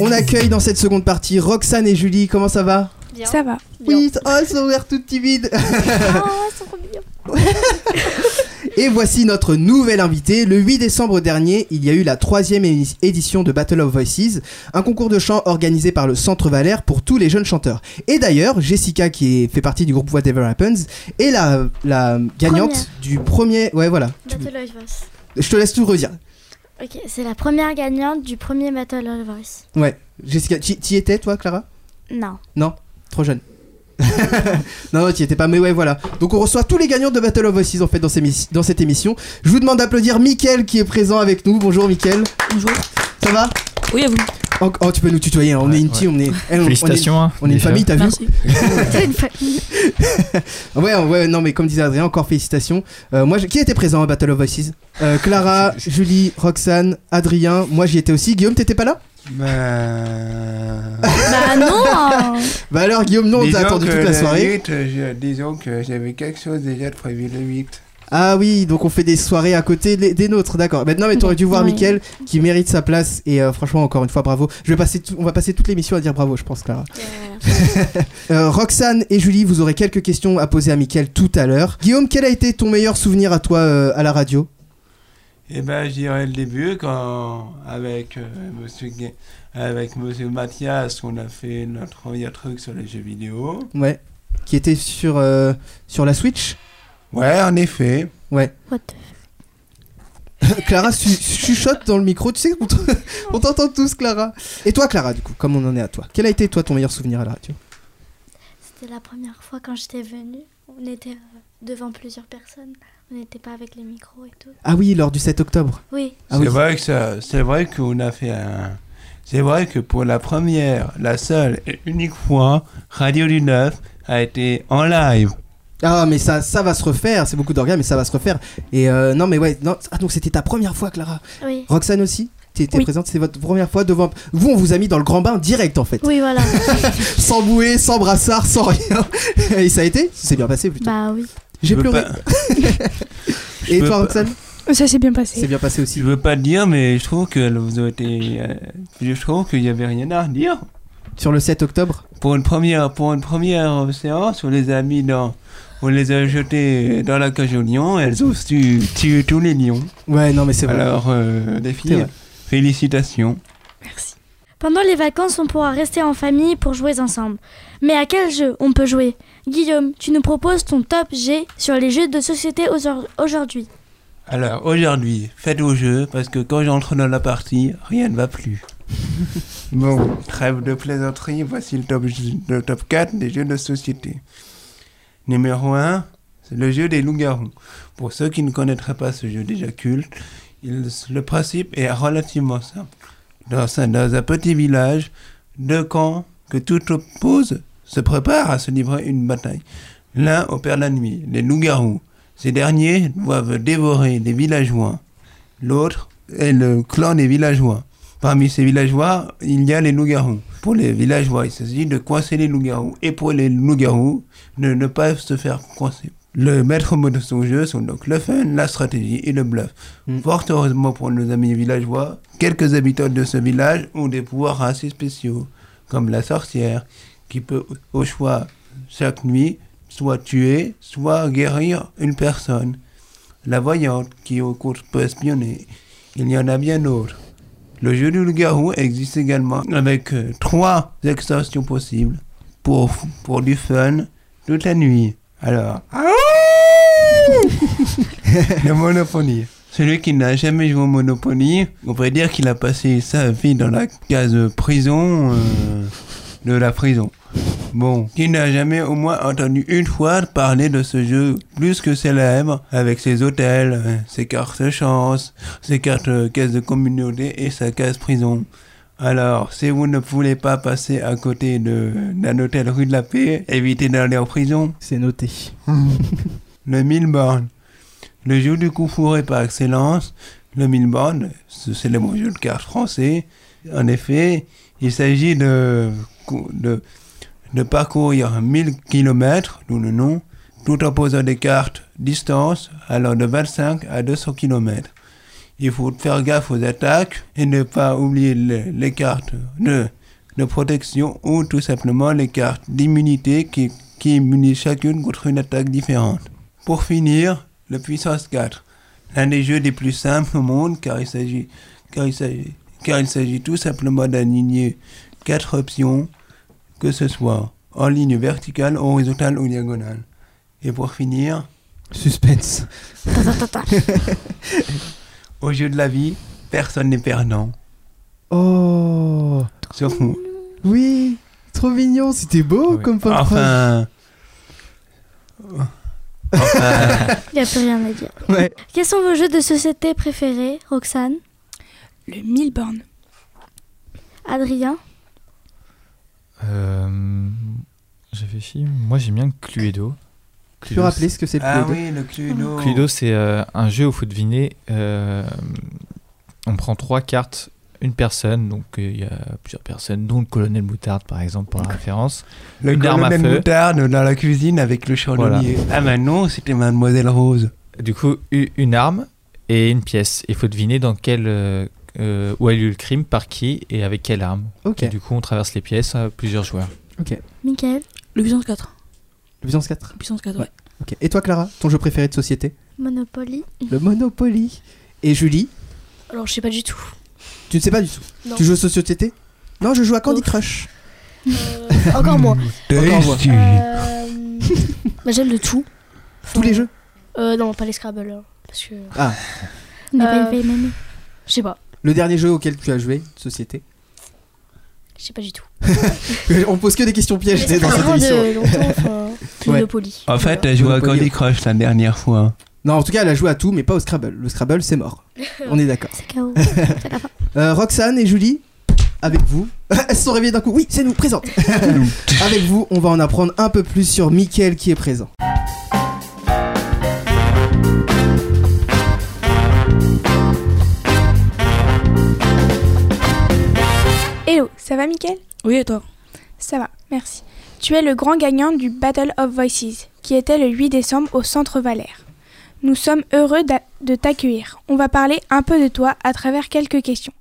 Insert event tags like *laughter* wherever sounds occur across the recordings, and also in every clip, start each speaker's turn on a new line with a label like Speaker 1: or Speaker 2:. Speaker 1: On accueille dans cette seconde partie Roxane et Julie. Comment ça va
Speaker 2: Bien.
Speaker 3: Ça va.
Speaker 2: Bien.
Speaker 1: Oui, oh, elles sont ouvertes toutes timides.
Speaker 2: Ah, c'est trop mignon.
Speaker 1: Et voici notre nouvel invité. Le 8 décembre dernier, il y a eu la troisième émi- édition de Battle of Voices, un concours de chant organisé par le Centre Valère pour tous les jeunes chanteurs. Et d'ailleurs, Jessica, qui est- fait partie du groupe Whatever Happens, est la, la gagnante du premier. Ouais, voilà. Tu-
Speaker 2: Battle of Voice.
Speaker 1: je te laisse tout redire.
Speaker 2: Ok, c'est la première gagnante du premier Battle of Voice.
Speaker 1: Ouais, Jessica, t'y t'y étais toi, Clara
Speaker 2: Non.
Speaker 1: Trop jeune. *laughs* non, non, t'y étais pas, mais ouais, voilà. Donc, on reçoit tous les gagnants de Battle of Voices en fait dans, ces mis- dans cette émission. Je vous demande d'applaudir Mickaël qui est présent avec nous. Bonjour, Mickaël.
Speaker 3: Bonjour.
Speaker 1: Ça va
Speaker 3: Oui, à vous.
Speaker 1: Oh, oh, tu peux nous tutoyer, hein. on
Speaker 4: Ouais,
Speaker 1: est une team, on est. eh, on- on est-
Speaker 4: Félicitations. hein,
Speaker 1: On est une
Speaker 4: déjà.
Speaker 1: famille, t'as vu
Speaker 3: Merci.
Speaker 2: C'est une famille.
Speaker 1: Ouais, ouais, non, mais comme disait Adrien, encore félicitations. Euh, moi, je- qui était présent à Battle of Voices
Speaker 4: *laughs*
Speaker 1: Euh, Clara, Julie, Roxane, Adrien, moi j'y étais aussi. Guillaume, t'étais pas là
Speaker 5: Bah...
Speaker 3: bah non
Speaker 1: Bah alors, Guillaume, *laughs* non, on
Speaker 5: disons
Speaker 1: t'a attendu
Speaker 5: que
Speaker 1: toute la
Speaker 5: le
Speaker 1: soirée.
Speaker 5: 8, je- disons que j'avais quelque chose déjà de prévu le 8.
Speaker 1: Ah oui, donc on fait des soirées à côté des, des nôtres, d'accord. Maintenant, mais t'aurais dû voir
Speaker 3: Ouais.
Speaker 1: Mickaël qui mérite sa place. Et euh, franchement, encore une fois, bravo. Je vais passer tout- on va passer toute l'émission à dire bravo, je pense, Clara. Euh, Roxane et Julie, vous aurez quelques questions à poser à Mickaël tout à l'heure. Guillaume, quel a été ton meilleur souvenir à toi euh, à la radio
Speaker 5: Et ben, je dirais le début, quand, avec, euh, monsieur, Gue- avec monsieur Mathias, on a fait notre premier truc sur les jeux vidéo.
Speaker 1: Ouais. Qui était sur, euh, sur la Switch. *coughs*
Speaker 5: Ouais, en effet.
Speaker 2: What the
Speaker 1: Clara su- chuchote dans le micro, tu sais, on t- on t'entend tous, Clara. Et toi, Clara, du coup, comme on en est à toi, quel a été, toi, ton meilleur souvenir à la radio
Speaker 2: C'était la première fois quand j'étais venue. On était euh, devant plusieurs personnes. On n'était pas avec les micros et tout.
Speaker 1: Ah oui, lors du 7 octobre.
Speaker 2: Oui.
Speaker 1: Ah
Speaker 5: c'est
Speaker 1: oui.
Speaker 5: vrai que ça- c'est vrai qu'on a fait un. C'est vrai que pour la première, la seule et unique fois, Radio du 9 a été en live.
Speaker 1: Ah, mais ça, ça va se refaire, c'est beaucoup d'organes, mais ça va se refaire. Et euh, non, mais ouais, non, ah, donc c'était ta première fois, Clara.
Speaker 2: Oui.
Speaker 1: Roxane aussi T'étais
Speaker 3: Oui.
Speaker 1: présente, c'est votre première fois devant. Vous, on vous a mis dans le grand bain direct en fait.
Speaker 2: Oui, voilà.
Speaker 1: Sans bouée, sans brassard, sans rien. *laughs* Et ça a été C'est bien passé plutôt.
Speaker 2: bah oui.
Speaker 1: J'ai
Speaker 5: Je veux
Speaker 1: pleuré.
Speaker 5: pas-
Speaker 1: Et
Speaker 5: peux
Speaker 1: toi,
Speaker 5: pas-
Speaker 1: Roxane
Speaker 3: Ça s'est bien
Speaker 1: C'est
Speaker 3: passé.
Speaker 1: bien passé aussi.
Speaker 5: Je veux pas te dire, mais je trouve que vous avez été. euh, Je trouve qu'il y avait rien à redire.
Speaker 1: Sur le 7 octobre
Speaker 5: Pour une première, pour une première euh, séance, on les a mis dans. On les a jetés dans la cage aux lions, elles ont su tuer tous les lions.
Speaker 1: Ouais, non, mais c'est vrai.
Speaker 5: Alors, euh, des
Speaker 1: C'est
Speaker 5: filles,
Speaker 1: vrai.
Speaker 5: félicitations.
Speaker 3: Merci.
Speaker 2: Pendant les vacances, on pourra rester en famille pour jouer ensemble. Mais à quel jeu on peut jouer Guillaume, tu nous proposes ton top G sur les jeux de société auso- aujourd'hui.
Speaker 5: Alors, aujourd'hui, faites au jeu, parce que quand j'entre dans la partie, rien ne va plus. *laughs* bon, trêve de plaisanterie, voici le top, le top 4 des jeux de société. Numéro 1, c'est le jeu des loups-garous. Pour ceux qui ne connaîtraient pas ce jeu déjà culte, il- le principe est relativement simple. Dans un, dans un petit village, deux camps que tout oppose se préparent à se livrer une bataille. L'un opère la nuit, les loups-garous. Ces derniers doivent dévorer les villageois. L'autre est le clan des villageois. Parmi ces villageois, il y a les loups-garous. Pour les villageois, il s'agit de coincer les loups-garous. Et pour les loups-garous, de ne pas se faire coincer. Le maître mot de son jeu sont donc le fun, la stratégie et le bluff.
Speaker 1: Mm.
Speaker 5: Fort heureusement pour nos amis villageois, quelques habitants de ce village ont des pouvoirs assez spéciaux, comme la sorcière, qui peut au choix chaque nuit soit tuer, soit guérir une personne. La voyante qui au cours peut espionner. Il y en a bien d'autres. Le jeu du loup-garou existe également avec euh, trois extensions possibles pour, pour du fun toute la nuit. Alors, Ah *laughs* le Monopoly. Celui qui n'a jamais joué au Monopoly, on pourrait dire qu'il a passé sa vie dans la case prison euh, de la prison. Bon, qui n'a jamais au moins entendu une fois parler de ce jeu plus que célèbre, avec ses hôtels, euh, ses cartes chance, ses cartes euh, caisse de communauté et sa case prison. Alors, si vous ne voulez pas passer à côté de- d'un hôtel rue de la Paix, évitez d'aller en prison.
Speaker 1: C'est noté.
Speaker 5: Le Milborn. Le jeu du coup fourré par excellence, le Milborn, ce célèbre jeu de cartes français. En effet, il s'agit de, cou- de, de parcourir 1000 km, d'où le nom, tout en posant des cartes distance allant de 25 à 200 km. il faut faire gaffe aux attaques et ne pas oublier le- les cartes de, de protection ou tout simplement les cartes d'immunité qui, qui immunisent chacune contre une attaque différente. Pour finir, le puissance 4. L'un des jeux les plus simples au monde car il s'agit car il s'agit car il s'agit tout simplement d'aligner quatre options que ce soit en ligne verticale, horizontale ou diagonale. Et pour finir,
Speaker 1: Suspense.
Speaker 5: au jeu de la vie, personne n'est perdant.
Speaker 1: Oh
Speaker 5: Sauf nous.
Speaker 1: oui, trop mignon, c'était beau
Speaker 4: Oui.
Speaker 1: comme pop
Speaker 5: Ah Enfin. Enfin.
Speaker 2: Il n'y a plus rien à dire.
Speaker 1: Ouais.
Speaker 2: Quels sont vos jeux de société préférés, Roxane,
Speaker 3: Le Milborn.
Speaker 2: Adrien
Speaker 4: Euh, je réfléchis. Moi, j'aime bien Cluedo.
Speaker 1: Tu peux
Speaker 4: Cluedo,
Speaker 1: rappeler ce que c'est le
Speaker 5: ah
Speaker 1: Cluedo
Speaker 5: oui, le Cluedo.
Speaker 4: c'est- Cluedo, c'est euh, un jeu où il faut deviner. euh, on prend trois cartes, une personne, donc euh, il y a plusieurs personnes, dont le colonel Moutarde, par exemple, pour la référence.
Speaker 5: Le
Speaker 4: Une arme à
Speaker 5: colonel
Speaker 4: feu.
Speaker 5: moutarde dans la cuisine avec le chandelier. Ah bah non, c'était Mademoiselle Rose.
Speaker 4: Du coup, u- une arme et une pièce. Il faut deviner dans quel, euh, euh, où a eu lieu le crime, par qui et avec quelle arme.
Speaker 1: Ok,
Speaker 4: Et du coup, on traverse les pièces à plusieurs joueurs.
Speaker 2: Michael
Speaker 3: Le puissance 4.
Speaker 1: le puissance 4.
Speaker 3: Le puissance 4,
Speaker 1: Ouais.
Speaker 3: ouais.
Speaker 1: Ok. Et toi Clara, ton jeu préféré
Speaker 6: *laughs*
Speaker 1: de société
Speaker 2: Monopoly
Speaker 1: Le Monopoly. Et Julie,
Speaker 6: Alors, je sais pas du tout.
Speaker 1: tu ne sais pas du tout.
Speaker 6: Non.
Speaker 1: Tu joues aux sociétés Non, je joue à Candy
Speaker 6: Oh.
Speaker 1: Crush.
Speaker 6: Euh, encore
Speaker 1: *laughs*
Speaker 6: moins.
Speaker 1: Encore moi.
Speaker 5: Tasty.
Speaker 6: Euh, bah, J'aime le tout.
Speaker 1: Tous les jeux
Speaker 6: Euh, non, pas les Scrabble. hein, parce que.
Speaker 2: On n'est
Speaker 6: Euh,
Speaker 2: pas une famille.
Speaker 6: Je sais pas.
Speaker 1: Le dernier jeu auquel tu as joué, de société. *laughs*
Speaker 6: Je sais pas du tout.
Speaker 1: On pose que des questions pièges
Speaker 6: Mais ça
Speaker 1: dans
Speaker 6: fait
Speaker 1: cette
Speaker 6: vraiment
Speaker 1: émission.
Speaker 6: de longtemps,
Speaker 1: *laughs*
Speaker 6: enfin,
Speaker 1: Ouais.
Speaker 6: Monopoly.
Speaker 5: En fait, elle joué à
Speaker 1: Monopoly.
Speaker 5: Candy Crush la dernière fois.
Speaker 1: Non, en tout cas, elle a joué à tout, mais pas au Scrabble. Le Scrabble,
Speaker 6: *laughs*
Speaker 1: c'est mort. On est d'accord.
Speaker 2: C'est
Speaker 1: *laughs*
Speaker 2: KO.
Speaker 1: Euh, Roxane et Julie, avec vous. *laughs* Elles se sont réveillées d'un coup. Oui, c'est
Speaker 6: *laughs*
Speaker 1: nous, présente. avec vous, on va en apprendre un peu plus sur Mickaël qui est présent.
Speaker 7: Hello, ça va Mickaël
Speaker 3: Oui, et toi
Speaker 7: Ça va, merci. Tu es le grand gagnant du Battle of Voices, qui était le 8 décembre au Centre Valère. Nous sommes heureux d'a- de t'accueillir. On va parler un peu de toi à travers quelques questions.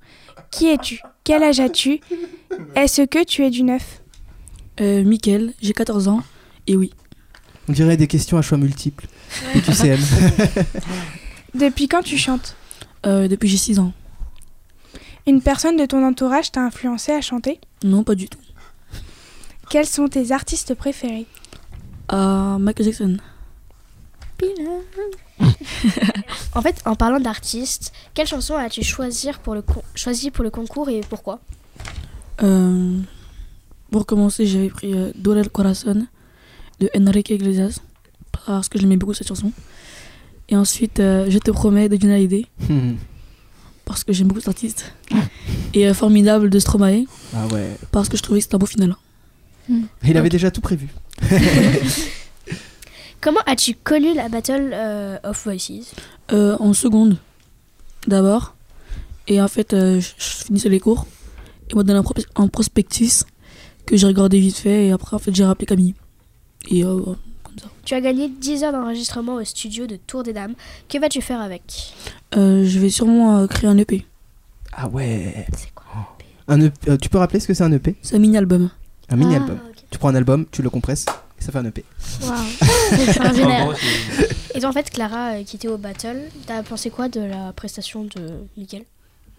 Speaker 7: Qui es-tu Quel âge as-tu Est-ce que tu es du neuf
Speaker 3: euh, Mickaël, j'ai 14 ans. Et oui.
Speaker 1: On dirait des questions à choix multiples. PQCM.
Speaker 7: Depuis quand tu chantes
Speaker 3: Euh, depuis j'ai 6 ans.
Speaker 7: Une personne de ton entourage t'a influencé à chanter
Speaker 3: Non, pas du tout.
Speaker 7: Quels sont tes artistes préférés
Speaker 3: Euh, Michael Jackson.
Speaker 2: Pile.
Speaker 6: *laughs* En fait, en parlant d'artistes, quelle chanson as-tu choisi pour, le con- choisi pour le concours et pourquoi
Speaker 3: Euh, pour commencer, j'avais pris euh, Dolor Corazon de Enrique Iglesias parce que j'aimais beaucoup cette chanson. Et ensuite, euh, Je te promets de Johnny Hallyday
Speaker 1: *laughs* Hmm.
Speaker 3: parce que j'aime beaucoup cet *laughs* artiste. Et euh, Formidable de Stromae
Speaker 1: Ah ouais.
Speaker 3: parce que je trouvais que c'était un beau final.
Speaker 1: Il avait déjà tout prévu.
Speaker 6: Comment as-tu connu la Battle euh, of Voices
Speaker 3: Euh, en seconde, d'abord. Et en fait, euh, je, je finissais les cours. Et moi, dans un, pro- un prospectus que j'ai regardé vite fait. Et après, en fait, j'ai rappelé Camille. Et euh, voilà.
Speaker 6: Tu as gagné 10 heures d'enregistrement au studio de Tour des Dames. Que vas-tu faire
Speaker 5: *laughs*
Speaker 6: avec
Speaker 3: Euh, je vais sûrement euh, créer un EP.
Speaker 1: Ah ouais.
Speaker 6: C'est quoi
Speaker 1: Un EP, euh, tu peux rappeler ce que c'est un EP
Speaker 3: C'est un mini-album.
Speaker 1: Un mini-album.
Speaker 6: Ah, ok.
Speaker 1: Tu prends un album, tu le compresses, et ça fait un E EP.
Speaker 6: C'est un
Speaker 5: En
Speaker 6: génère.
Speaker 5: gros, c'est-
Speaker 6: Et en fait, Clara, euh, qui était au battle, t'as pensé quoi de la prestation de Miguel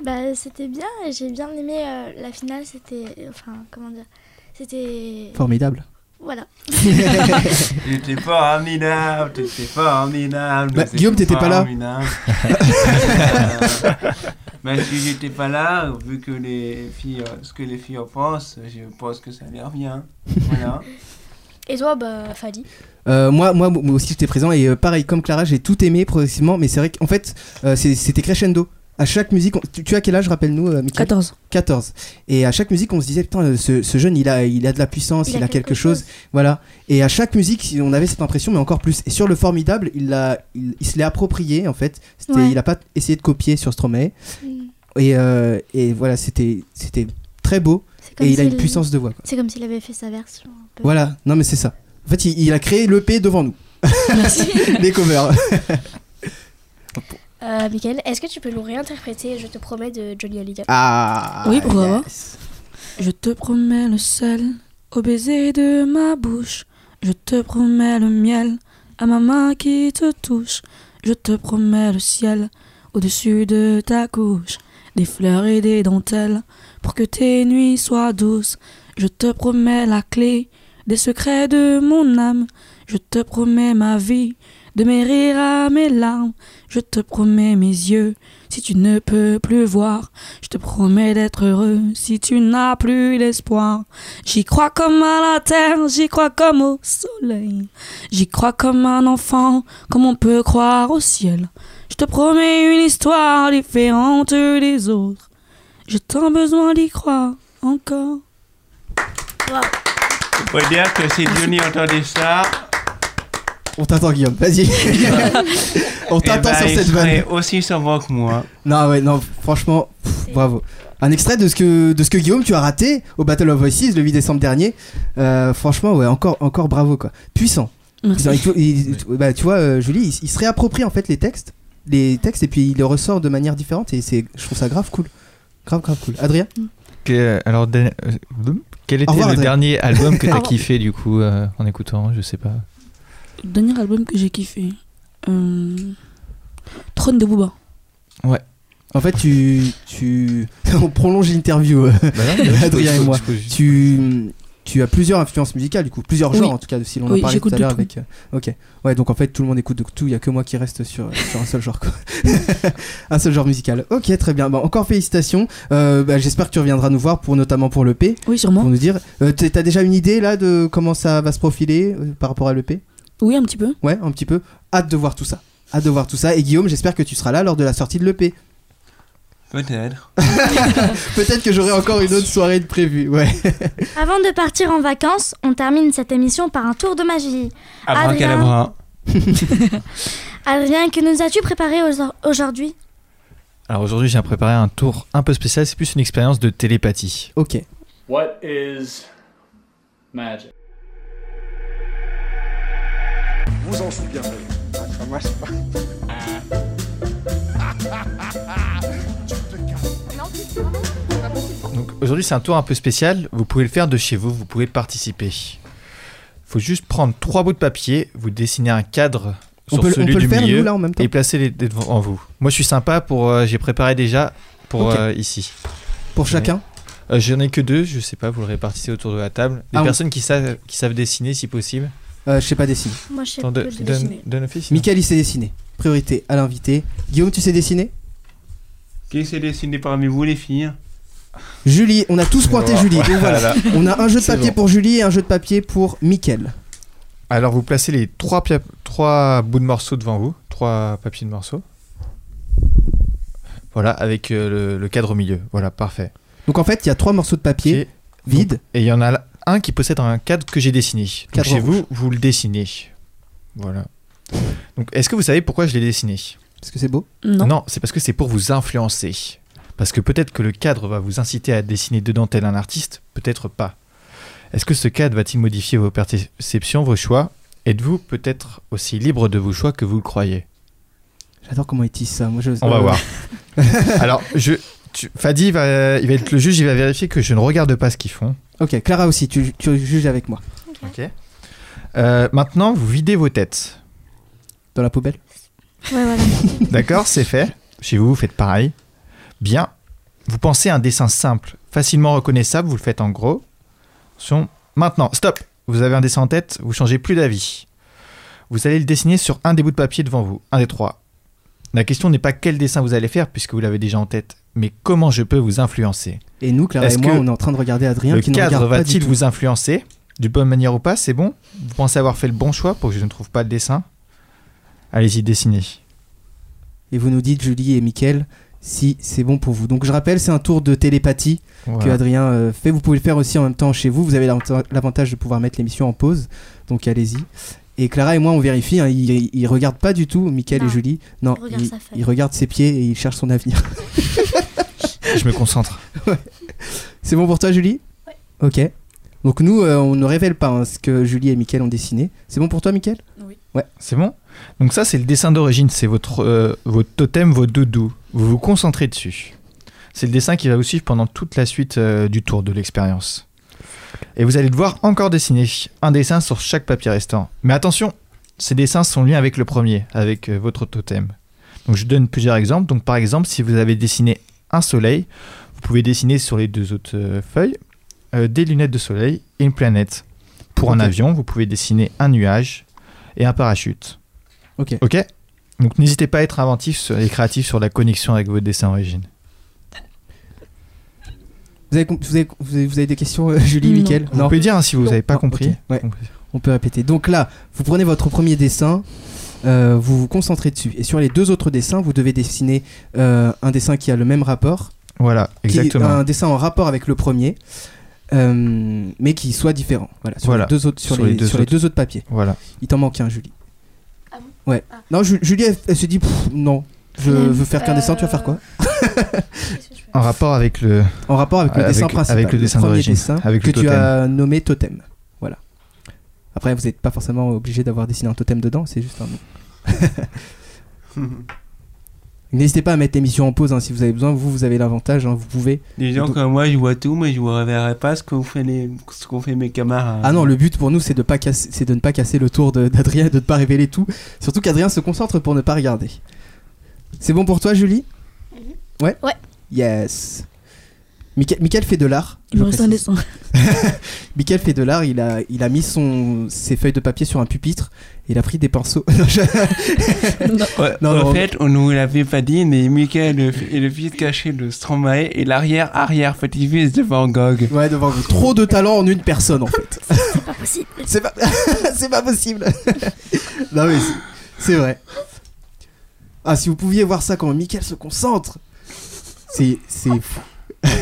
Speaker 2: Bah, c'était bien. et J'ai bien aimé euh, la finale. C'était. Enfin, comment dire C'était.
Speaker 1: *laughs* Formidable.
Speaker 2: Voilà.
Speaker 5: T'étais formidable, t'étais formidable.
Speaker 1: Bah,
Speaker 5: t'étais
Speaker 1: Guillaume, t'étais pas là.
Speaker 5: formidable. *laughs* Euh, bah, si j'étais pas là, vu que les filles, euh, ce que les filles en pensent, je pense que ça leur vient. *laughs* Voilà.
Speaker 6: Et toi, bah, Fadi
Speaker 1: Euh, moi, moi, moi aussi j'étais présent et euh, pareil comme Clara, j'ai tout aimé progressivement, mais c'est vrai qu'en fait euh, c'est- c'était crescendo. À chaque musique, on- tu, tu as quel âge rappelle-nous, euh, Mickaël
Speaker 3: 14.
Speaker 1: 14. Et à chaque musique, on se disait putain, euh, ce, ce jeune, il a, il a de la puissance, il, a, quelque, chose. voilà. Et à chaque musique, on avait cette impression, mais encore plus. Et sur le formidable, il l'a, il, il se l'est approprié en fait. C'était,
Speaker 2: Ouais.
Speaker 1: il a pas essayé de copier sur Stromae.
Speaker 2: Mm.
Speaker 1: Et, euh, et voilà, c'était, c'était très beau.
Speaker 2: C'est
Speaker 1: Et
Speaker 2: comme
Speaker 1: il a une
Speaker 2: s'il-
Speaker 1: puissance de voix. quoi.
Speaker 2: C'est comme s'il avait fait sa version. un peu.
Speaker 1: Voilà. Non, mais c'est ça. En fait, *laughs* il, il a créé l'EP devant nous.
Speaker 3: Merci.
Speaker 1: Les covers.
Speaker 6: Euh, Michael, est-ce que tu peux nous réinterpréter Je te promets de Johnny Hallyday
Speaker 1: Ah
Speaker 3: Oui, pourquoi pas
Speaker 1: yes.
Speaker 3: Je te promets le sel au baiser de ma bouche. Je te promets le miel à ma main qui te touche. Je te promets le ciel au-dessus de ta couche. Des fleurs et des dentelles pour que tes nuits soient douces. Je te promets la clé des secrets de mon âme. Je te promets ma vie, de mes rires à mes larmes. Je te promets mes yeux si tu ne peux plus voir. Je te promets d'être heureux si tu n'as plus d'espoir. J'y crois comme à la terre, j'y crois comme au soleil. J'y crois comme un enfant, comme on peut croire au ciel. Je te promets une histoire différente des autres. J'ai tant besoin d'y croire encore.
Speaker 5: On peut dire que si Johnny entendait ça,
Speaker 1: On t'attend, Guillaume, vas-y. On
Speaker 5: eh
Speaker 1: t'attend
Speaker 5: ben,
Speaker 1: sur
Speaker 5: il
Speaker 1: cette vanne.
Speaker 5: serait aussi savant que moi.
Speaker 1: Non, ouais, non, franchement, pff, bravo. Un extrait de ce, que, de ce que Guillaume, tu as raté au Battle of Voices le 8 décembre dernier. Euh, franchement, ouais, encore, encore bravo, quoi. Puissant.
Speaker 3: Merci.
Speaker 1: Puissant. Il faut- il- tu- bah, tu vois, euh, Julie, il, il se réapproprie en fait les textes, les textes, et puis il les ressort de manière différente, et c'est, je trouve ça grave cool. Grave, grave cool. Adrien
Speaker 4: Que- alors, Dan- euh, boum. quel était
Speaker 1: revoir,
Speaker 4: le
Speaker 1: Adrien.
Speaker 4: dernier
Speaker 1: *laughs*
Speaker 4: album que
Speaker 3: Au
Speaker 4: t'as
Speaker 3: revoir.
Speaker 4: kiffé du coup euh, en écoutant Je sais pas.
Speaker 3: Le dernier album que j'ai kiffé. Euh... Trône de Booba.
Speaker 1: En fait, tu. tu... *laughs* On prolonge l'interview. euh.
Speaker 4: Bah
Speaker 1: Adrien et moi. Tu. Tu as plusieurs influences musicales, du coup, plusieurs
Speaker 3: Oui.
Speaker 1: genres en tout cas, si l'on en
Speaker 3: Oui,
Speaker 1: parlait tout
Speaker 3: j'écoute
Speaker 1: à
Speaker 3: de
Speaker 1: l'heure
Speaker 3: tout.
Speaker 1: avec. euh, Ok. Ouais, donc en fait, tout le monde écoute de tout, il y a que moi qui reste sur, *laughs* sur un seul genre, quoi. un seul genre musical. Ok, très bien. Bah, encore félicitations. Euh, bah, J'espère que tu reviendras nous voir, pour notamment pour l'EP,
Speaker 3: Oui, sûrement.
Speaker 1: pour nous dire. Euh, t'es- T'as déjà une idée là de comment ça va se profiler euh, par rapport à l'EP
Speaker 3: Oui, un petit peu.
Speaker 1: Ouais, un petit peu. Hâte de voir tout ça. Hâte de voir tout ça. Et Guillaume, j'espère que tu seras là lors de la sortie de l'EP.
Speaker 5: Peut-être.
Speaker 1: Peut-être que j'aurai encore une autre soirée de prévue. Ouais.
Speaker 2: *laughs* Avant de partir en vacances, on termine cette émission par un tour de magie.
Speaker 5: Abracadabra.
Speaker 2: Adrien, que nous as-tu préparé au- aujourd'hui
Speaker 4: Alors aujourd'hui, j'ai préparé un tour un peu spécial. C'est plus une expérience de télépathie.
Speaker 1: Ok.
Speaker 8: What is magic?
Speaker 4: Donc aujourd'hui, c'est un tour un peu spécial. Vous pouvez le faire de chez vous. Vous pouvez participer. Faut juste prendre trois bouts de papier. Vous dessinez un cadre
Speaker 1: On
Speaker 4: sur
Speaker 1: peut, on
Speaker 4: celui
Speaker 1: peut
Speaker 4: du
Speaker 1: le faire
Speaker 4: milieu
Speaker 1: nous là en hein. même temps
Speaker 4: et placez les dés devant en vous. Moi, je suis sympa pour. euh, j'ai préparé déjà pour
Speaker 1: Ok.
Speaker 4: euh, ici.
Speaker 1: pour chacun.
Speaker 4: Euh, J'en ai que deux. Je sais pas. Vous le répartissez autour de la table. Les
Speaker 1: Ah oui.
Speaker 4: personnes qui savent qui savent dessiner, si possible.
Speaker 1: Euh, je sais pas dessiner.
Speaker 2: Moi, je sais
Speaker 4: Attends,
Speaker 2: que
Speaker 4: donne-
Speaker 2: je
Speaker 4: donne-
Speaker 2: dessine.
Speaker 4: donne office.
Speaker 1: Michael il sait dessiner. Priorité à l'invité. Guillaume tu sais dessiner.
Speaker 5: Qui s'est dessiné parmi vous, les *laughs* filles hein
Speaker 1: Julie, on a tous pointé Julie. Donc voilà.
Speaker 4: Voilà.
Speaker 1: On a un jeu de
Speaker 4: C'est
Speaker 1: papier
Speaker 4: bon.
Speaker 1: pour Julie et un jeu de papier pour Michael.
Speaker 4: Alors vous placez les trois, pia- trois bouts de morceaux devant vous, trois papiers de morceaux. Voilà, avec euh, le, le cadre au milieu. Voilà, parfait.
Speaker 1: Donc en fait il y a trois morceaux de papier
Speaker 4: Ok.
Speaker 1: vides.
Speaker 4: Et il y en a un qui possède un cadre que j'ai dessiné. Donc
Speaker 1: Cadre
Speaker 4: chez
Speaker 1: rouge.
Speaker 4: vous, vous le dessinez. Voilà. Donc est-ce que vous savez pourquoi je l'ai dessiné
Speaker 1: Parce que c'est beau.
Speaker 3: Non.
Speaker 4: c'est parce que c'est pour vous influencer. Parce que peut-être que le cadre va vous inciter à dessiner dedans tel un artiste, peut-être pas. Est-ce que ce cadre va-t-il modifier vos perceptions, vos choix Êtes-vous peut-être aussi libre de vos choix que vous le croyez
Speaker 1: J'adore comment il tisse ça. Moi, je...
Speaker 4: On va
Speaker 1: euh, *laughs*
Speaker 4: voir. Alors, je, tu- Fadi, va, il va être le juge, il va vérifier que je ne regarde pas ce qu'ils font.
Speaker 1: Ok Clara aussi tu, tu juges avec moi
Speaker 4: Ok. Euh, maintenant, vous videz vos têtes.
Speaker 1: dans la poubelle.
Speaker 2: Ouais, voilà.
Speaker 4: D'accord, c'est fait. Chez vous, vous faites pareil. Bien. Vous pensez à un dessin simple, facilement reconnaissable, vous le faites en gros. Attention. Maintenant, stop. Vous avez un dessin en tête, vous changez plus d'avis. Vous allez le dessiner sur un des bouts de papier devant vous, un des trois. La question n'est pas quel dessin vous allez faire, puisque vous l'avez déjà en tête, mais comment je peux vous influencer.
Speaker 1: Et nous Clara et
Speaker 4: Est-ce
Speaker 1: moi
Speaker 4: que
Speaker 1: on est en train de regarder Adrien
Speaker 4: le
Speaker 1: qui ne
Speaker 4: cadre
Speaker 1: regarde pas du
Speaker 4: va-t-il
Speaker 1: tout.
Speaker 4: vous influencer De bonne manière ou pas, c'est bon Vous pensez avoir fait le bon choix pour que je ne trouve pas le dessin Allez-y, dessinez.
Speaker 1: Et vous nous dites Julie et Michael si c'est bon pour vous. Donc je rappelle c'est un tour de télépathie. que
Speaker 4: Voilà.
Speaker 1: Adrien euh, fait. Vous pouvez le faire aussi en même temps chez vous. Vous avez l'avanta- l'avantage de pouvoir mettre l'émission en pause. Donc allez-y. Et Clara et moi, on vérifie. hein, ils, ils regardent pas du tout, Mickaël et
Speaker 2: Non.
Speaker 1: Julie. Non,
Speaker 2: Il regarde
Speaker 1: ils,
Speaker 2: sa feuille.
Speaker 1: ils regardent ses pieds et ils cherchent son avenir. *laughs*
Speaker 4: Je me concentre.
Speaker 1: C'est bon pour toi, Julie Ok. Donc nous, euh, on ne révèle pas hein, ce que Julie et Mickaël ont dessiné. C'est bon pour toi, Mickaël
Speaker 3: Oui.
Speaker 1: Ouais.
Speaker 4: C'est bon Donc ça, c'est le dessin d'origine, c'est votre, euh, votre totem, vos doudous. Vous vous concentrez dessus. C'est le dessin qui va vous suivre pendant toute la suite euh, du tour de l'expérience. Et vous allez devoir encore dessiner un dessin sur chaque papier restant. Mais attention, ces dessins sont liés avec le premier, avec euh, votre totem. Donc je donne plusieurs exemples. Donc par exemple, si vous avez dessiné un soleil, vous pouvez dessiner sur les deux autres euh, feuilles euh, des lunettes de soleil et une planète. Pour un
Speaker 1: Ok.
Speaker 4: avion, vous pouvez dessiner un nuage et un parachute.
Speaker 1: Ok.
Speaker 4: Ok Donc n'hésitez pas à être inventif sur- et créatif sur la connexion avec votre dessin origine.
Speaker 1: Vous avez, com- vous avez- vous avez- vous avez des questions, euh, Julie,
Speaker 3: Non.
Speaker 1: Mickaël
Speaker 4: Vous pouvez dire hein, si vous
Speaker 1: Non.
Speaker 4: n'avez pas
Speaker 1: Non,
Speaker 4: compris.
Speaker 1: ok, ouais. On peut répéter. Donc là, vous prenez votre premier dessin, euh, vous vous concentrez dessus. Et sur les deux autres dessins, vous devez dessiner euh, un dessin qui a le même rapport,
Speaker 4: Voilà,
Speaker 1: qui est
Speaker 4: exactement.
Speaker 1: un dessin en rapport avec le premier, euh, mais qui soit différent. Voilà, sur,
Speaker 4: Voilà.
Speaker 1: Les, deux autres, sur,
Speaker 4: Sur
Speaker 1: les,
Speaker 4: les deux
Speaker 1: sur les deux autres papiers.
Speaker 4: Voilà.
Speaker 1: Il t'en manque un, Julie.
Speaker 6: Ah
Speaker 1: Ouais.
Speaker 6: Ah.
Speaker 1: Non, Ju- Julie, elle, elle se dit, Pff, non, je
Speaker 2: Flemme.
Speaker 1: veux faire qu'un dessin, tu vas faire quoi
Speaker 4: En rapport avec le.
Speaker 1: En rapport avec le
Speaker 4: Avec-
Speaker 1: dessin principal.
Speaker 4: avec le dessin
Speaker 1: premier
Speaker 4: d'origine,
Speaker 1: dessin
Speaker 4: avec
Speaker 1: que
Speaker 4: le
Speaker 1: tu as nommé totem. Voilà. Après, vous n'êtes pas forcément obligé d'avoir dessiné un totem dedans, c'est juste un nom. N'hésitez pas à mettre l'émission en pause hein, si vous avez besoin. Vous, vous avez l'avantage, hein, vous pouvez.
Speaker 5: Disons
Speaker 1: Donc-
Speaker 5: que moi, je vois tout, mais je ne reverrai pas ce qu'ont fait, les... ce qu'ont fait mes camarades.
Speaker 1: Ah non, le but pour nous, c'est de, pas casser- c'est de ne pas casser le tour de- d'Adrien, de ne pas révéler tout. Surtout qu'Adrien se concentre pour ne pas regarder. C'est bon pour toi, Julie Ouais
Speaker 6: Ouais.
Speaker 1: Yes. Michael, Michael fait de l'art.
Speaker 3: Il
Speaker 1: je
Speaker 3: me reste un
Speaker 1: précise.
Speaker 3: dessin.
Speaker 1: *laughs* Michael fait de l'art, il a, il a mis son, ses feuilles de papier sur un pupitre et il a pris des pinceaux. *laughs* Non, je-
Speaker 3: Non.
Speaker 5: Ouais,
Speaker 1: Non,
Speaker 5: en
Speaker 1: non.
Speaker 5: fait, on nous l'avait pas dit, mais Michael est le fils caché de Stromae et l'arrière-arrière petit-fils de Van Gogh.
Speaker 1: *laughs* ouais, devant vous. Trop de talent en une personne en fait.
Speaker 2: *laughs* C'est pas possible.
Speaker 1: *laughs* C'est pas, c'est pas possible. *laughs* non mais c'est- c'est vrai. Ah, si vous pouviez voir ça quand Michael se concentre. C'est, c'est fou. *laughs* Parce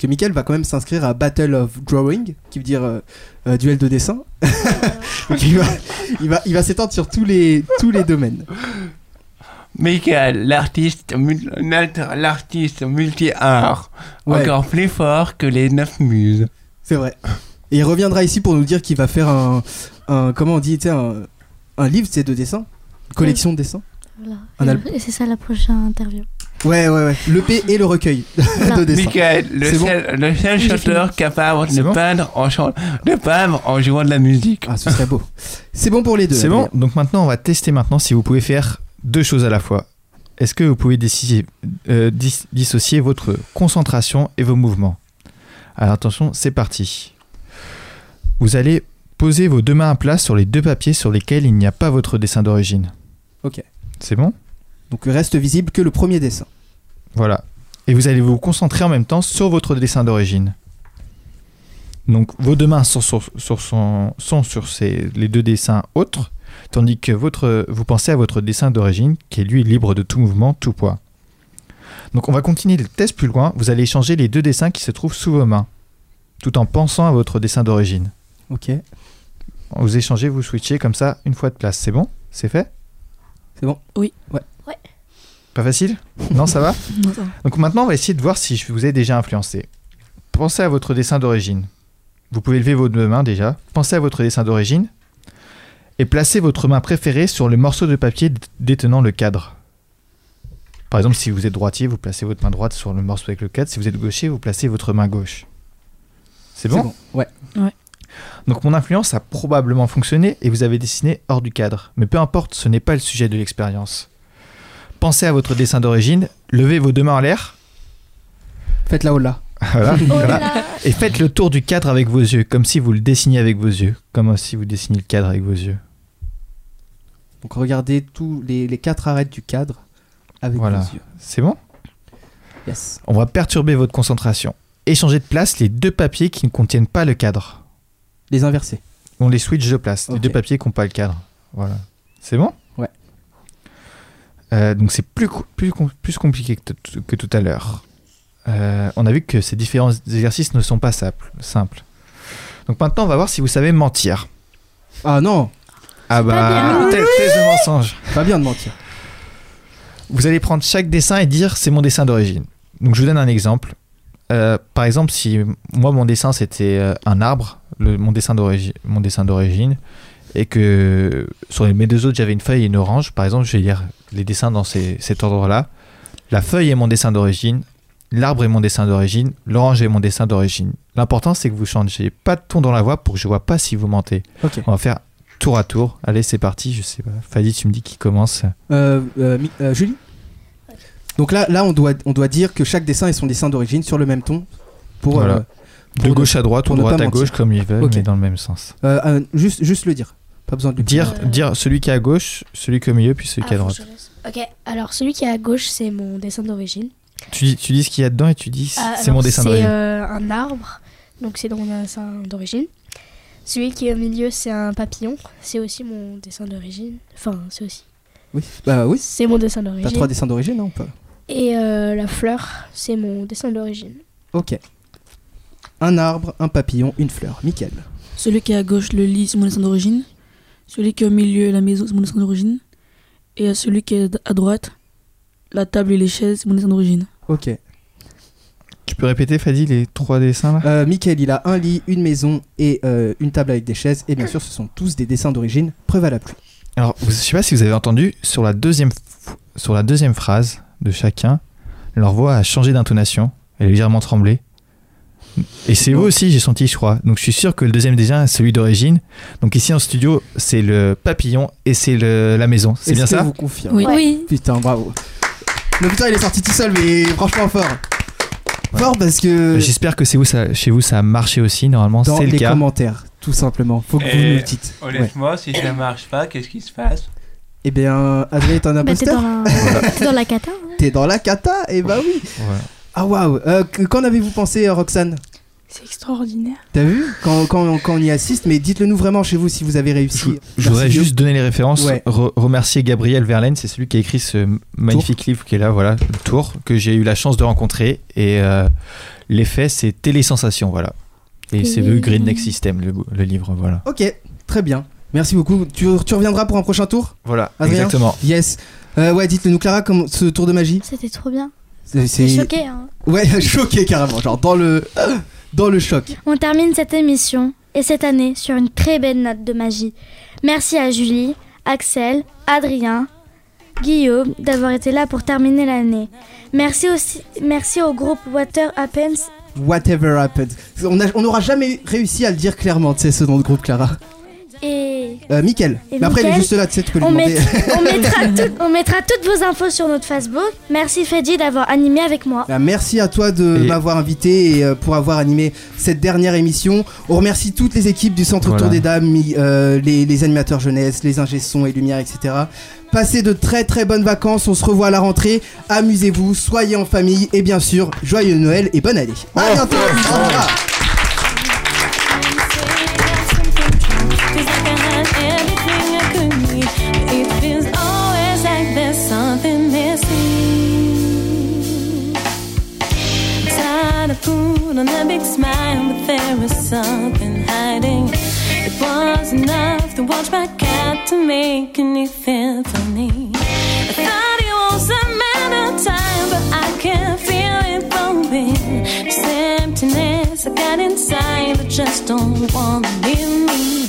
Speaker 1: que Michael va quand même s'inscrire à Battle of Drawing, qui veut dire euh, euh, duel de dessin. *laughs* Donc il va, il va, il va s'étendre sur tous les, tous les domaines.
Speaker 5: Michael, l'artiste mul- n'alter- l'artiste multi-art,
Speaker 1: Ouais.
Speaker 5: encore plus fort que les neuf muses.
Speaker 1: C'est vrai. Et il reviendra ici pour nous dire qu'il va faire un, un- comment on dit, tu sais, un, un livre, c'est de dessins, une collection de dessins.
Speaker 2: Voilà.
Speaker 1: Un
Speaker 2: Et-
Speaker 1: al-
Speaker 2: Et c'est ça la prochaine interview.
Speaker 1: Ouais, ouais, ouais. Le P et le recueil *laughs* de dessins.
Speaker 5: Michael, le
Speaker 1: C'est bon
Speaker 5: seul, le seul
Speaker 2: J'ai
Speaker 5: chanteur capable de,
Speaker 4: C'est bon
Speaker 5: peindre en chan- de peindre en jouant de la musique.
Speaker 1: Ah, ce serait beau. C'est bon pour les deux.
Speaker 4: C'est
Speaker 1: Adrien.
Speaker 4: bon Donc maintenant, on va tester maintenant si vous pouvez faire deux choses à la fois. Est-ce que vous pouvez décider, euh, dis- dissocier votre concentration et vos mouvements Alors attention, c'est parti. Vous allez poser vos deux mains à plat sur les deux papiers sur lesquels il n'y a pas votre dessin d'origine.
Speaker 1: Ok.
Speaker 4: C'est bon
Speaker 1: Donc reste visible que le premier dessin.
Speaker 4: Voilà. Et vous allez vous concentrer en même temps sur votre dessin d'origine. Donc vos deux mains sont sur, sur son- sont sur ces- les deux dessins autres, tandis que votre, vous pensez à votre dessin d'origine qui est lui libre de tout mouvement, tout poids. Donc on va continuer le test plus loin, vous allez échanger les deux dessins qui se trouvent sous vos mains, tout en pensant à votre dessin d'origine.
Speaker 1: Ok.
Speaker 4: Vous échangez, vous switchez comme ça une fois de place, c'est bon C'est fait
Speaker 1: C'est bon
Speaker 3: Oui.
Speaker 1: Ouais.
Speaker 2: Ouais.
Speaker 4: Pas facile Non, ça va
Speaker 3: Non, ça va.
Speaker 4: donc maintenant, on va essayer de voir si je vous ai déjà influencé. Pensez à votre dessin d'origine. Vous pouvez lever vos deux mains déjà. Pensez à votre dessin d'origine et placez votre main préférée sur le morceau de papier d- détenant le cadre. Par exemple, si vous êtes droitier, vous placez votre main droite sur le morceau avec le cadre. Si vous êtes gaucher, vous placez votre main gauche. C'est bon
Speaker 1: Ouais.
Speaker 4: Donc mon influence a probablement fonctionné et vous avez dessiné hors du cadre. Mais peu importe, ce n'est pas le sujet de l'expérience. Pensez à votre dessin d'origine, levez vos deux mains en l'air
Speaker 1: Faites la haut là.
Speaker 4: Ah, voilà,
Speaker 2: Oh
Speaker 4: voilà.
Speaker 2: là là.
Speaker 4: Et faites le tour du cadre avec vos yeux, comme si vous le dessiniez avec vos yeux, comme si vous dessiniez le cadre avec vos yeux.
Speaker 1: *laughs* Donc regardez tous les, les quatre arêtes du cadre avec
Speaker 4: Voilà.
Speaker 1: vos yeux.
Speaker 4: C'est bon
Speaker 1: Yes.
Speaker 4: On va perturber votre concentration. Échangez de place les deux papiers qui ne contiennent pas le cadre.
Speaker 1: Les inverser.
Speaker 4: On les switch de place, les
Speaker 1: Ok.
Speaker 4: deux papiers qui n'ont pas le cadre. Voilà. C'est bon
Speaker 1: Ouais.
Speaker 4: Euh, donc c'est plus, co- plus, com- plus compliqué que, tout- que tout à l'heure. Euh, on a vu que ces différents exercices ne sont pas simples. simples. Donc maintenant, on va voir si vous savez mentir.
Speaker 1: Ah non,
Speaker 4: Ah bah, tel test de mensonge.
Speaker 1: pas bien de mentir.
Speaker 4: Vous allez prendre chaque dessin et dire c'est mon dessin d'origine. Donc je vous donne un exemple. Euh, par exemple, si moi mon dessin c'était euh, un arbre, le- mon dessin d'origine, mon dessin d'origine, et que sur les- mes deux autres, j'avais une feuille et une orange. Par exemple, je vais lire les dessins dans ces- cet ordre-là. La feuille est mon dessin d'origine, l'arbre est mon dessin d'origine, l'orange est mon dessin d'origine. L'important, c'est que vous changez pas de ton dans la voix pour que je vois pas si vous mentez.
Speaker 1: Ok.
Speaker 4: On va faire tour à tour. Allez, c'est parti. Je sais pas. Fadi, tu me dis qui commence.
Speaker 1: Euh, euh, Mi- euh, Julie Donc là, là on, doit, on doit dire que chaque dessin est son dessin d'origine sur le même ton. Pour,
Speaker 4: Voilà.
Speaker 1: euh,
Speaker 4: De
Speaker 1: Pour
Speaker 4: gauche à droite
Speaker 1: pour
Speaker 4: ou
Speaker 1: ne
Speaker 4: droite
Speaker 1: pas
Speaker 4: à gauche,
Speaker 1: mentir.
Speaker 4: comme ils veulent,
Speaker 1: Ok.
Speaker 4: mais dans le même sens.
Speaker 1: euh, euh, juste, juste le dire. Pas besoin de le
Speaker 4: Dire, dire celui qui est à gauche, celui qui est au milieu, puis celui
Speaker 6: Ah,
Speaker 4: qui est à droite.
Speaker 6: Ok, alors celui qui est à gauche, c'est mon dessin d'origine.
Speaker 4: Tu dis, tu dis ce qu'il y a dedans et tu dis
Speaker 6: Ah,
Speaker 4: c'est
Speaker 6: alors,
Speaker 4: mon dessin d'origine.
Speaker 6: C'est euh, un arbre, donc c'est dans mon dessin d'origine. Celui qui est au milieu, c'est un papillon, c'est aussi mon dessin d'origine. Enfin, c'est aussi.
Speaker 1: Oui, bah oui.
Speaker 6: C'est mon dessin
Speaker 1: T'as trois
Speaker 6: d'origine.
Speaker 1: dessins d'origine, non pas
Speaker 6: Et euh, la fleur, c'est mon dessin d'origine.
Speaker 1: Ok. Un arbre, un papillon, une fleur. Michael.
Speaker 3: Celui qui est à gauche, le lit, c'est mon dessin d'origine. Celui qui est au milieu, la maison, c'est mon dessin d'origine. Et celui qui est à droite, la table et les chaises, c'est mon dessin d'origine.
Speaker 1: Ok.
Speaker 4: Tu peux répéter, Fadi, les trois dessins là
Speaker 1: Euh, Michael, il a un lit, une maison et euh, une table avec des chaises. Et bien sûr, ce sont tous des dessins d'origine. Preuve à la pluie.
Speaker 4: Alors, vous- je sais pas si vous avez entendu, sur la deuxième, f- sur la deuxième phrase de chacun, leur voix a changé d'intonation, elle est légèrement tremblée. Et c'est vous aussi, j'ai senti, je crois. Donc, je suis sûr que le deuxième déjà est celui d'origine. Donc, ici en studio, c'est le papillon et c'est le- la maison. C'est
Speaker 1: Est-ce
Speaker 4: bien
Speaker 1: que
Speaker 4: ça
Speaker 1: vous confirme.
Speaker 3: Oui.
Speaker 1: Putain, bravo. Le putain, il est sorti tout seul, mais franchement fort.
Speaker 4: Ouais.
Speaker 1: Fort parce que
Speaker 4: J'espère que c'est vous, ça, chez vous, ça a marché aussi. Normalement,
Speaker 1: Euh, dans
Speaker 4: c'est le
Speaker 1: les
Speaker 4: cas.
Speaker 1: commentaires, tout simplement. Faut que vous
Speaker 5: Et
Speaker 1: nous le dites. Ouais.
Speaker 5: Honnêtement, Oh, si ça marche pas, qu'est-ce qui se passe
Speaker 1: Eh bien, Adrien est un
Speaker 2: Bah, t'es
Speaker 1: imposteur.
Speaker 2: dans, la... t'es dans la cata. hein.
Speaker 1: T'es dans la cata, et bah oui.
Speaker 4: Voilà.
Speaker 1: Ah waouh. Euh, que- Qu'en avez-vous pensé, euh, Roxane
Speaker 7: C'est extraordinaire.
Speaker 1: T'as vu quand, quand, quand on y assiste, mais dites-le nous vraiment chez vous si vous avez réussi.
Speaker 4: Je, vou- je voudrais
Speaker 1: Merci,
Speaker 4: juste donner les références,
Speaker 1: Ouais.
Speaker 4: re- remercier Gabriel Verlaine, c'est celui qui a écrit ce magnifique livre qui est là, voilà, le Tour, que j'ai eu la chance de rencontrer. Et euh, l'effet, c'est Télésensation, voilà. Et c'est le Green Next System, le, le livre, voilà.
Speaker 1: Ok, très bien. Merci beaucoup. Tu, tu reviendras pour un prochain tour
Speaker 4: Voilà,
Speaker 1: Adrien
Speaker 4: exactement.
Speaker 1: Yes. Euh, ouais, dites-le nous, Clara, comme ce tour de magie.
Speaker 2: C'était trop bien.
Speaker 1: C'est
Speaker 2: T'es
Speaker 1: c'est-
Speaker 2: choqué. Hein.
Speaker 1: Ouais, *laughs* choqué carrément, genre dans le *gasps* dans le choc.
Speaker 2: On termine cette émission et cette année sur une très belle note de magie. Merci à Julie, Axel, Adrien, Guillaume d'avoir été là pour terminer l'année. Merci aussi, merci au groupe Water Happens.
Speaker 1: Whatever happened. On a- on n'aura jamais réussi à le dire clairement, tu sais, ce nom de groupe, Clara.
Speaker 2: Et
Speaker 1: Euh, Mickaël.
Speaker 2: Et
Speaker 1: Mais après, il est
Speaker 2: Mickaël,
Speaker 1: juste là, tu sais, tu peux lui
Speaker 2: on,
Speaker 1: demander.
Speaker 2: met- on mettra tout- on mettra toutes vos infos sur notre Facebook. Merci Fedji d'avoir animé avec moi.
Speaker 1: *laughs* Bah, merci à toi de
Speaker 4: Et-
Speaker 1: m'avoir invité et euh, pour avoir animé cette dernière émission. On remercie toutes les équipes du Centre
Speaker 4: Voilà.
Speaker 1: Tour des Dames, mi- euh, les, les animateurs jeunesse, les ingés sons et lumière, etc. Passez de très très bonnes vacances, on se revoit à la rentrée. Amusez-vous, soyez en famille et bien sûr, joyeux Noël et bonne année.
Speaker 4: Oh.
Speaker 1: À bientôt. Au revoir.
Speaker 9: Feels like I had everything I could need. but It feels always like there's something missing. Trying to put on a big smile, but there was something hiding. It was enough to watch back out to make anything for me. I thought it was a matter of time, but I can feel it growing. This emptiness I got inside, I just don't wanna leave me.